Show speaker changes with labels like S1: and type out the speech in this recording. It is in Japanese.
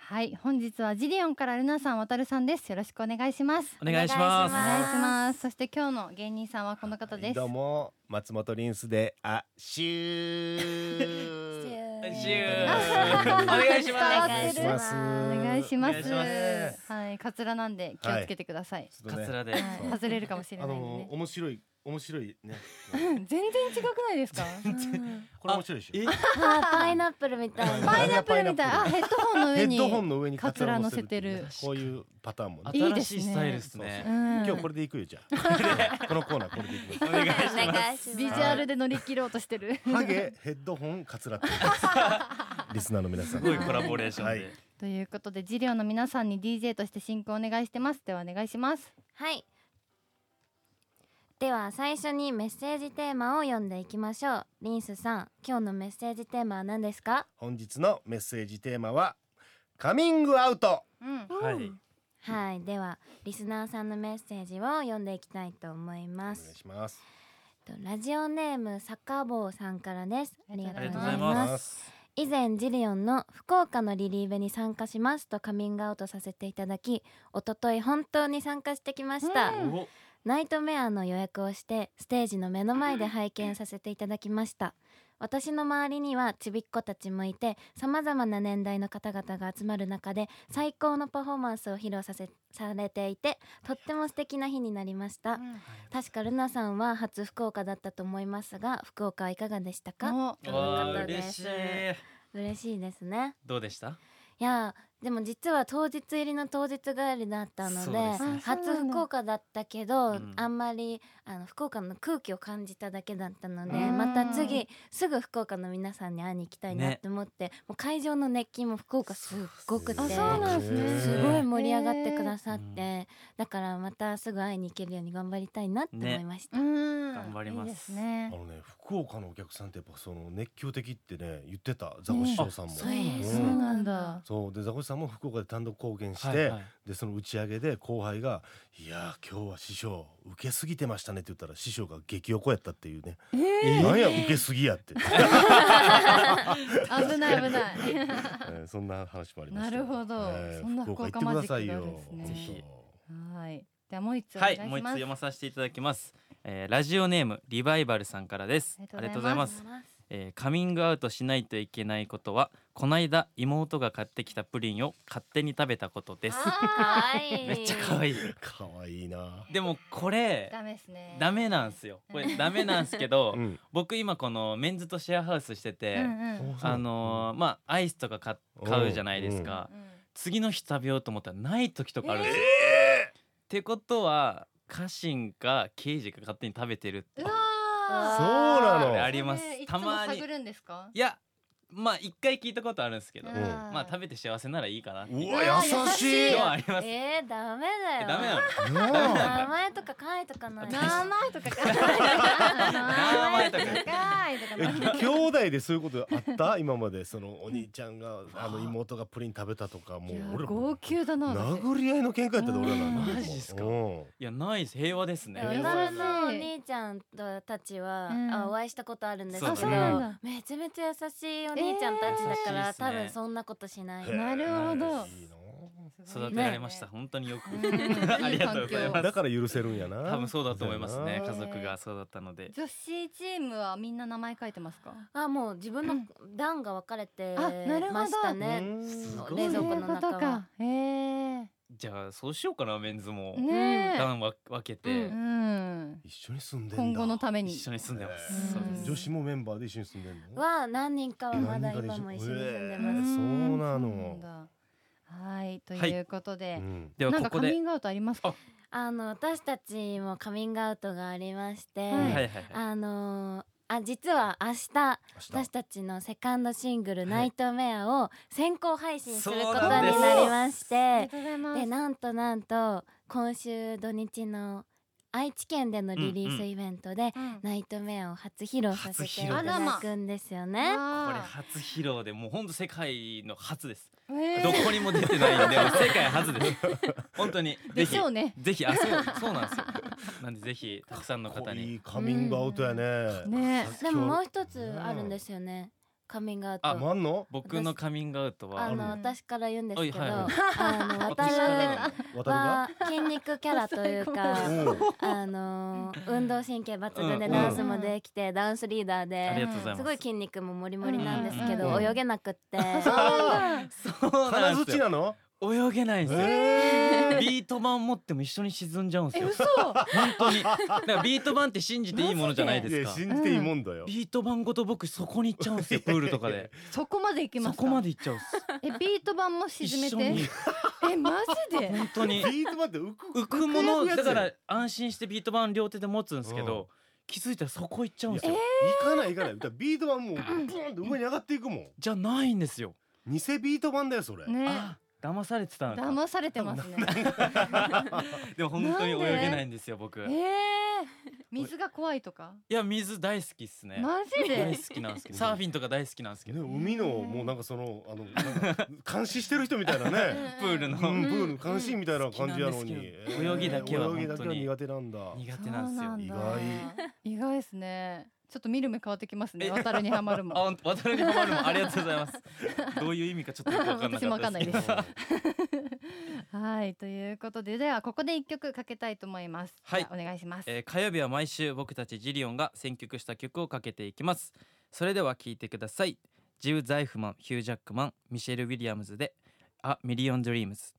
S1: はい本日はジリオンからルナさん渡るさんですよろしくお願いします
S2: お願いします
S1: お願いしますそして今日の芸人さんはこの方です
S3: どうも松本リンスであしゅ ー
S2: シューお願いしま
S1: お願いし
S3: ます
S1: お願いします
S2: お願いしま
S1: はいカツラなんで気をつけてください、
S3: ち
S2: す
S3: ょっと
S2: カ
S3: ね
S2: ツラで
S1: はい
S3: そう
S1: 外れるかもしれな
S3: あ
S1: いんでね、
S3: のー面白い面白いね
S1: 全然違くないですか
S3: これ面白いでしょ
S2: え
S4: あーパイナップルみたいな
S1: パイナップルみたいあヘッドホンの
S3: ヘ
S1: 上に
S3: ッドホンの上に
S1: カツラ乗せて
S3: カツラ
S1: る
S3: 乗せこういうパターンもね
S1: いいです
S2: 新し
S1: ね
S2: いスタイルです
S3: そう
S2: ね
S1: うん
S3: 今日これでいくよじゃあ このコーナーこれでいきま
S2: お
S3: す
S2: 願いし
S4: お願い
S2: ま
S4: します
S1: ビジュアルで乗り切ろうとしてる
S3: ハゲヘッドホンカツラって言いますリスナーの皆さ
S2: す
S3: ん
S2: すごいコラボレーションで、
S3: はい
S1: ということでジリオの皆さんに DJ として進行お願いしてますではお願いします
S4: はいでは最初にメッセージテーマを読んでいきましょうリンスさん今日のメッセージテーマは何ですか
S3: 本日のメッセージテーマはカミングアウト
S1: うん
S2: はい、
S4: はいではリスナーさんのメッセージを読んでいきたいと思い
S3: お
S4: ま
S3: 願
S4: す
S3: いします
S4: えっとラジオネームサッカーボーさんからですありがとうござ
S2: あ
S4: い
S2: りがとうござい
S4: ます
S3: す
S4: 以前ジリオンの福岡のリリーベに参加しますとカミングアウトさせていただき一昨日本当に参加してきました、
S1: うん
S2: お
S4: ナイトメアの予約をしてステージの目の前で拝見させていただきました私の周りにはちびっ子たちもいてさまざまな年代の方々が集まる中で最高のパフォーマンスを披露させされていてとっても素敵な日になりました確かルナさんは初福岡だったと思いますが福岡はいかがでしたか
S1: お
S2: わ
S4: か
S2: あ
S4: ったで
S2: 嬉
S4: す
S2: しい
S4: 嬉しいですね
S2: どうでした
S4: いやーでも実は当日入りの当日帰りだったの
S2: そ
S4: で
S2: うで
S1: あ
S2: すね
S1: そう
S4: 初
S1: なんだ
S4: 福岡だったけど、
S2: うん
S4: あんまりあの福岡の空気を感じただけだったので
S1: うん
S4: また次すぐ福岡の皆さんに会いに行きたいなって思って、もう会場の熱気も福岡すっごくて
S1: あそうなんですね
S4: すごい盛り上がってくださって、
S2: へ
S4: だからまたすぐ会いに行けるように頑張りたいなって思いました。
S1: うん
S2: 頑張ります
S1: いいです
S3: あ
S1: ね
S3: のね福岡のお客さんってやっぱその熱狂的ってね言ってたザコシショウさんも、
S2: ね
S4: そう
S2: え
S4: です
S3: そう
S1: なんだ
S3: そうでザコシさんも福岡で単独公演して、
S2: はいはい
S3: でその打ち上げで後輩が「いやー今日は師匠受けすぎてましたね」って言ったら師匠が激横やったっていうね
S1: えー
S3: 「なんや受けすぎ や」って、
S1: 危ない危ない
S3: えーそんな話もありました
S1: なるほどそんな福岡
S3: 行ってくださいよ
S1: マジックがあるんですね
S3: 本当
S2: ぜひ
S1: はいじゃあもう一つお
S2: は
S1: 願い
S2: い、もう
S1: し
S2: 一つ
S1: ます
S2: 読まさせていただきます、えーラジオネームリバイバルさんからです
S1: ありがとうござい
S4: ありが
S1: ま
S4: とうございます
S2: えーカミングアウトしないといけないことはこないだ妹が買ってきたプリンを勝手に食べたことです
S4: あー愛い
S2: めっちゃ可愛い
S3: かわいいな、
S2: でもこれ
S1: ダメですね
S2: ダメなんすよこれダメなんす けど、
S3: ん、
S2: 僕今このメンズとシェアハウスしてて、
S1: うんうん
S3: おそう
S2: あのーまあアイスとか買買うじゃないですか、次の日食べようと思ったらない時とかあるんですよ、ってことは家臣か刑事が勝手に食べてるって
S1: う
S2: い
S1: わ
S3: そう
S1: ー
S3: な
S2: あれ
S3: の
S2: あります
S1: それいつ
S2: た
S1: も
S2: まに
S1: 探るんですか
S2: やまあ一回聞いたことあるんですけど、
S3: ん
S2: まあ食べて幸せならいいかなっていうう
S3: わ優しい
S2: のはあります、
S4: えー、ダメだ
S2: え
S4: よ
S2: ダメなの
S4: 名前とか書いとかないと
S1: 名前とか書いて
S2: 名前とか
S3: え兄弟でそういうことあった今までそのお兄ちゃんがあの妹がプリン食べたとかもう俺ら
S1: 号泣だな私
S3: 殴り合いの喧嘩やったで俺らなんて
S2: マジっすか
S3: うん
S2: いやないです平和ですね
S4: いや
S1: え
S4: 女
S1: ー
S4: のお兄ちゃんたちは、
S1: うん
S4: あお会いしたことあるんですけ
S2: そ
S4: ど
S2: うだね
S1: あ
S4: めちゃめちゃ優しいお兄ちゃんたちだから、
S2: えー
S4: 多分そんなことしない、
S3: へえ
S1: なるほど
S3: いいな
S2: 育てられました、本当によく、
S1: うん
S2: ありがとうございます
S3: だから許せるんやな
S2: 多分そうだと思いますね
S3: そう
S2: 家
S3: やな
S2: 族がそうだったので
S1: 女子チームはみんな名前書いてますか
S4: あもう自分の段が分かれて
S1: あなるほど
S4: ました
S3: う
S4: ね
S3: ん
S2: すごい
S4: 冷蔵庫の
S1: そういう
S4: 中
S1: こと
S4: は
S1: かへえ
S2: じゃあそうしようかなメンズも、
S1: ね
S2: 段は分けて、
S1: え
S4: う
S1: うん
S3: 一緒に住んでんだ
S1: 今後のために
S2: 一緒に住んでます、
S1: うん
S2: そうです
S3: 女子もメンバーで一緒に住んでんの
S4: は何人かはまだ
S3: 何人か
S4: 今
S3: でしょ
S4: も一緒に住んで
S3: え
S4: ます、
S3: ーそうなの
S1: んそうなんだはいということで
S3: うん
S2: では
S1: なん
S2: こ
S1: か
S2: こ
S1: カ
S2: で
S1: ミングアウトありますか
S4: あの私たちもカミングアウトがありまして、
S1: はい
S2: はいはいはい
S4: あのーあ実は明日
S3: 明
S4: 私
S3: 日
S4: たちのセカンドシングル「
S2: い
S4: ナイトメア」を先行配信すること
S2: そう
S4: に
S2: なん
S1: です
S4: なりまし
S1: ありが
S4: て
S1: とうございま
S4: ですなんとなんと今週土日の愛知県でのリリースイベントで
S1: うん
S4: 「ナイトメア」を初披露させていただくんですよね。
S2: これ
S1: わ
S2: 初披露でもうほんと世界の初です、
S1: ーえー
S2: どこにも出てないんで世界初です本当にぜ
S1: で
S2: ひ
S1: しょうね
S2: ぜひあそうそうなんですよなんでぜひたくさんの
S3: こ
S2: 方
S3: うい
S2: に
S3: いカミングアウトやね
S1: ね
S3: さっき
S4: で
S3: は
S4: ももう一つあるんですよね。カミングアウ
S2: あ
S4: ト
S3: まんの
S2: 僕のカミングアウト
S4: あ
S2: は
S3: る
S4: の
S3: の
S4: 私から言うんですけど、
S2: はいはい
S4: あの渡
S2: 私から
S4: る
S3: 渡るが
S4: は筋肉キャラという
S3: う
S4: か。
S3: ん
S4: あのー運動神経抜群で
S2: うん
S4: ダンスもできて、ダンスリーダー
S2: ありがとう
S4: で、
S2: ございます
S4: すごい筋肉ももりもりなんですけ
S3: うんうん
S4: ど、
S3: うん
S4: 泳げなくって。
S3: あ
S2: そう
S3: 金
S2: なんです
S3: 槌
S2: よ
S3: なの
S2: 泳げないんですよ
S3: え
S2: ビート板持っても一緒に沈んじゃうんです
S1: え
S2: よ
S1: 嘘
S2: 本当にだからビート板って信じていいものじゃないで
S3: ーい
S2: す
S3: や
S2: か
S3: 信じていいもんだよ
S2: ビート板ごと僕そこに行っちゃうんですよ プールとかで
S1: そこまで行きま
S2: そ
S1: すか
S2: こまで行っちゃうんです
S1: えビート板も沈め
S2: 一緒
S1: て
S2: に
S1: えマジで
S2: 本当に
S3: ビート待って浮く
S2: 浮くもの
S3: 浮くや
S2: だ
S3: つ
S2: から安心してビート板両手で持つんですけど、
S3: うん
S2: 気づいたらそこ行っちゃうんです
S3: い
S2: よ、
S3: や行かない行かないだからビート板もうブーンと上に上がっていくもん
S2: じゃないんですよ、
S3: 偽ビート板だよそれ
S1: ね
S2: あ騙されてたのか
S1: 騙されてますね
S2: でも本当に泳げないんですよ僕
S1: え
S2: い
S1: ー水が怖いとか
S2: や水大好きっすね
S1: マジ
S2: 大
S1: で
S2: 好きなんですけどサーフィンとか大好きなんですけ
S3: ね
S2: ど、
S3: 海のもうなんかそのあのなんか監視してる人みたいなね
S2: プール
S3: う
S2: のん
S3: ん、プール監視みたいな感じやの
S2: 好き
S3: に
S2: なんで
S3: え
S2: すけ
S3: ー
S2: ど泳ぎだけは
S3: 泳ぎだけは
S2: 本当に
S3: 苦手なんだ
S2: 苦手なんですよ
S1: そう
S3: 意
S1: な
S3: 外
S1: んだ意外ですねちょっと見る目変わってきますね
S2: え
S1: 渡るにはまる
S2: あ
S1: も
S2: 本当渡辺にハマるもありがとうございますどういう意味かちょっとよくわかんなかっ
S1: 私
S2: た
S1: もわかんないです
S2: けど
S1: はいということでではここで一曲かけたいと思います
S2: はい
S1: じゃあお願いします
S2: えー火曜日は毎週僕たちジリオンが選曲した曲をかけていきますそれでは聴いてくださいジウ・ザイフマンヒュー・ジャックマンミシェル・ウィリアムズで「A Million Dreams」